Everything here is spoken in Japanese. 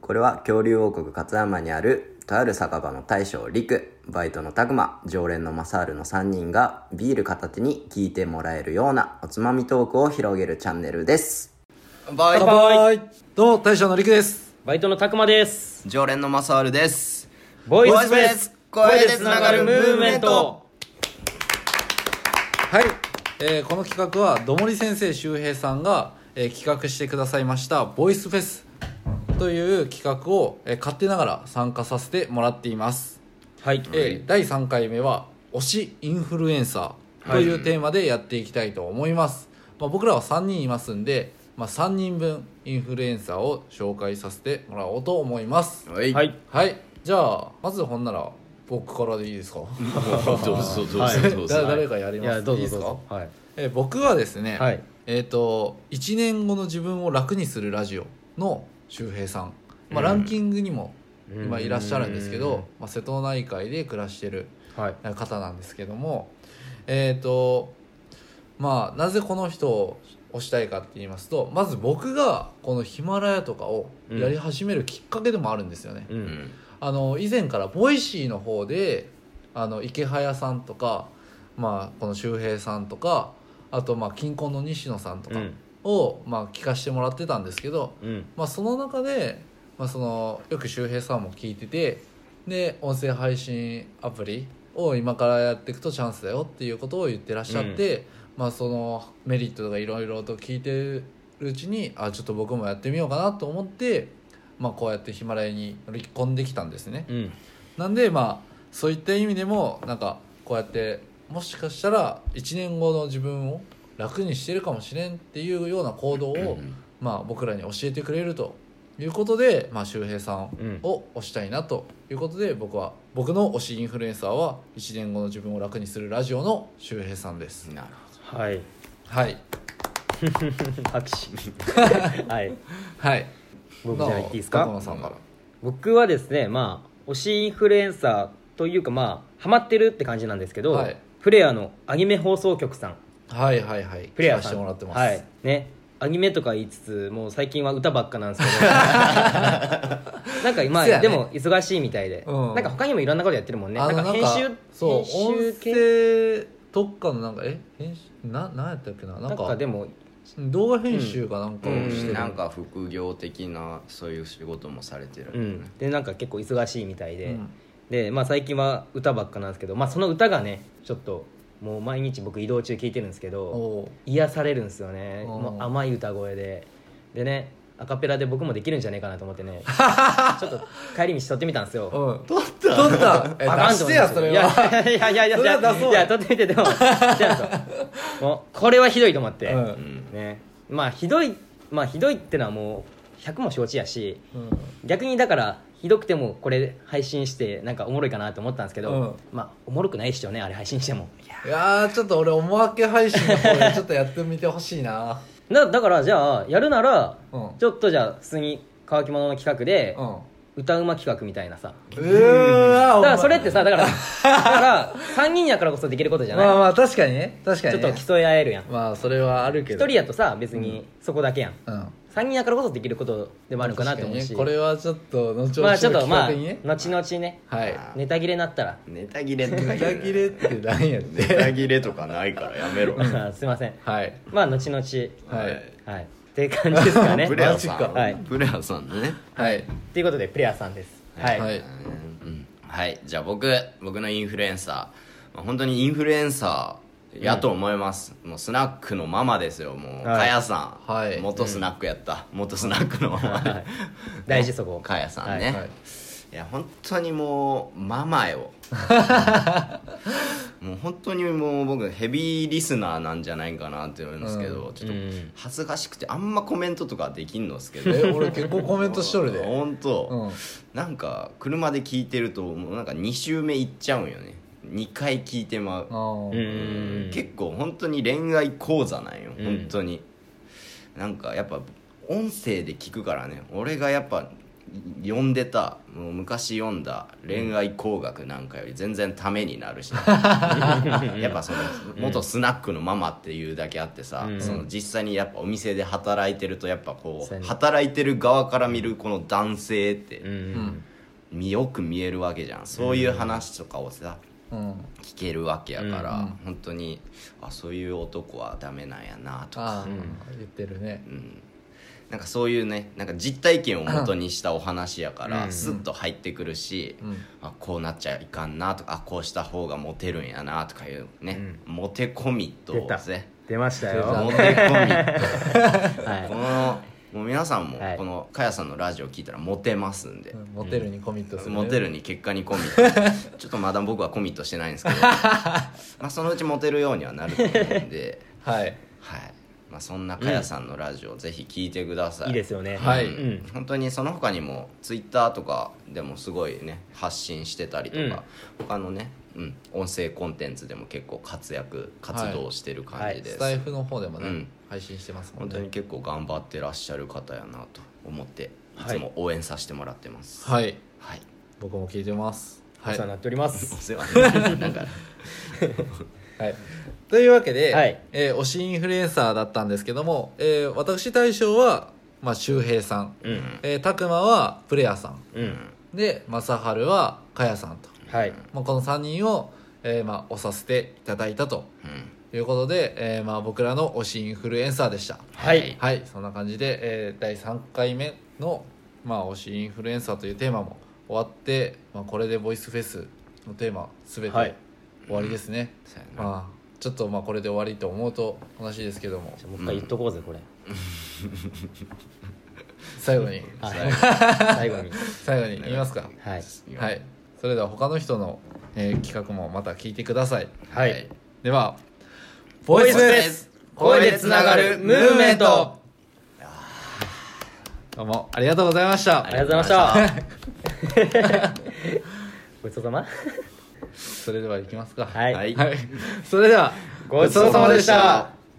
これは恐竜王国勝山にあるとある酒場の大将陸バイトのタグマ常連のマサールの3人がビール片手に聞いてもらえるようなおつまみトークを広げるチャンネルですバイバイどうも大将のりくですバイトのたくまです。常連のマサールですボイスベース声でつながるムーブメント。はい、えーこの企画はどもり先生周平さんが、えー企画してくださいましたボイスフェスという企画を、えー勝手ながら参加させてもらっています、はい。えー第3回目は推しインフルエンサーというテーマでやっていきたいと思います、まあ、僕らは3人いますんで、まあ、3人分インフルエンサーを紹介させてもらおうと思いますはいはい。はいじゃあまずほんなら僕からでいいですか どうぞどうぞどうだぞ誰かやりいますや、どういいぞですどうかぞ。はい。えー僕はですね、はい。えっ、と1年後の自分を楽にするラジオの周平さん、まあ、ランキングにも今いらっしゃるんですけど、まあ、瀬戸内海で暮らしてるはい。方なんですけどもえっ、とまあなぜこの人を推したいかって言いますとまず僕がこのヒマラヤとかをやり始めるきっかけでもあるんですよね、う。うんんあの以前からボイシーの方であの池早さんとか、まあ、この周平さんとかあとまあ近婚の西野さんとうかん。を、まあ、聞かしてもらってたんですけど、うん。まあ、その中で、まあ、そのよく周平さんも聞いててで音声配信アプリを今からやっていくとチャンスだよっていうことを言ってらっしゃって、まあ、そのメリットとかいろいろと聞いてるうちにあちょっと僕もやってみようかなと思って、まあ、こうやってヒマラヤに乗り込んできたんですね。うん。なんでまあそういった意味でもなんかこうやってもしかしたら1年後の自分を楽にしてるかもしれんっていうような行動を、まあ、僕らに教えてくれるということで、まあ、周平さんを推したいなということで、僕は僕の推しインフルエンサーは1年後の自分を楽にするラジオの周平さんです、なるはい。 はい拍手。 はい。はい僕じゃあ言っていいですどう高野かさんから僕はですね、まあ、推しインフルエンサーというか、まあ、ハマってるって感じなんですけど、はいフレアのアニメ放送局さん。はいはいはいフレア聞かさせてん。もらってます、はい。ね。アニメとか言いつつ、もう最近は歌ばっかなんです けど。なんか今、そうやねでも忙しいみたいで、うんなんか他にもいろんなことやってるもんね。あなのんか編集、そう編集系音声特化のなんかえ編集ななんやったっけななんかなんかでも動画編集かなんかをうんしてる、なんか副業的なそういう仕事もされてるうんんだよね、でなんか結構忙しいみたいで、うんで、まあ、最近は歌ばっかなんですけど、まあ、その歌がねちょっともう毎日僕移動中聴いてるんですけどおう癒されるんですよねおーもう甘い歌声ででねアカペラで僕もできるんじゃないかなと思って ねちょっと帰り道撮ってみたんですようん撮った撮った えバカ出ンとし思ていまやすそれはいやいやいやいやいそれやは出そういや撮ってみてで も出やともうこれはひどいと思って、うんねまあひどいまあひどいってのはもう100も承知やしうん逆にだからひどくてもこれ配信してなんかおもろいかなと思ったんですけど、うんまあおもろくないっしょねあれ配信してもいやーちょっと俺思わけ配信の方でちょっとやってみてほしいなだだからじゃあやるなら、うんちょっとじゃあ普通に乾き物の企画で う、ん歌うま企画みたいなさうだーわおか前らそれってさだからだから3人 やからこそできることじゃない、まあまあ確かにね確かちょにっとね競い合えるやん1まあそれはあるけど人やとさ別にそこだけやん、うん3人やからこそできることでもあるかなと思う確し、にねこれはちょっと後ほどまあちょっとまあ企画にね後々ねはいネタ切れになったらネタ切れってネタ切れってなんやっネてタ切れとかないからやめろすいませんはいまあ後々はいはいっていう感じですか ねプレアさん、はいプレアさんねはいということでプレイヤーさんですはい、はいうんはいじゃあ僕僕のインフルエンサーまあ本当にインフルエンサーやと思います、もうスナックのママですよもう、はいかやさん、はい元スナックやった、元スナックのママで、はい大事そこかやさんね、はいい、や本当にもうママ よもう本当にもう僕ヘビーリスナーなんじゃないかなって思いますけど、ちょっとうん恥ずかしくてあんまコメントとかできんのですけどえ俺結構コメントしとるで本当、うんなんか車で聞いてるともうなんか2周目いっちゃうんよね2回聞いてまう、あうーん結構本当に恋愛講座なんよ、うん本当になんかやっぱ音声で聞くからね俺がやっぱ読んでたもう昔読んだ恋愛工学なんかより全然ためになるし、 やっぱその元スナックのママっていうだけあってさ、うんその実際にやっぱお店で働いてるとやっぱこそうやうね働いてる側から見るこの男性ってうんうん見よく見えるわけじゃんそういう話とかをさうん聞けるわけやから、うん本当にあそういう男はダメなんやなとかああ、言ってるねうんなんかそういうねなんか実体験を元にしたお話やから、うんスッと入ってくるし、うんあこうなっちゃいかんなとかあこうした方がモテるんやなとかいうね、モテコミット出たですね出ましたモよテコはミットこいのもう皆さんもはいこのかやさんのラジオ聞いたらモテますんで、うんモテるにコミットするねモテるに結果にコミットちょっとまだ僕はコミットしてないんですけどまあそのうちモテるようにはなると思うんではいはい、まあ、そんなかやさんのラジオ、ぜひ聞いてくださいいいですよねはいうんうん本当にその他にもツイッターとかでもすごいね発信してたりとか、他のね、うん、音声コンテンツでも結構活躍活動してる感じでスす、タイフの方でもね、うん配信してますも本んね当に結構頑張ってらっしゃる方やなと思っていはいつも応援させてもらってますはいはい、僕も聞いてますおは世い話に、なっておりまおす世話になりますなんかはい、というわけで、はいえー推しインフルエンサーだったんですけども、えー私大将は、まあ、周平さん、うんえー、拓磨はプレヤさんうんで正治はかやさんと、はいまあ、この3人を、えーまあ、押させていただいたとうんいうことで、えーまあ、僕らの推しインフルエンサーでしたはいはいそんな感じで、えー第3回目の、まあ、推しインフルエンサーというテーマも終わって、まあ、これでボイスフェスのテーマ全はいて終わりですね、そうやなまあちょっとまあこれで終わりと思うと悲しいですけどもじゃあもう一回言っとこうぜこれ最後にはい最後に最後に言いますかはいはいそれでは他の人の、えー企画もまた聞いてくださいはいではボイスです声でつながるムーブメントどうもありがとうございましたありがとうございました ごちそうさまそれではいきますかはいはいそれではごちそうさまでした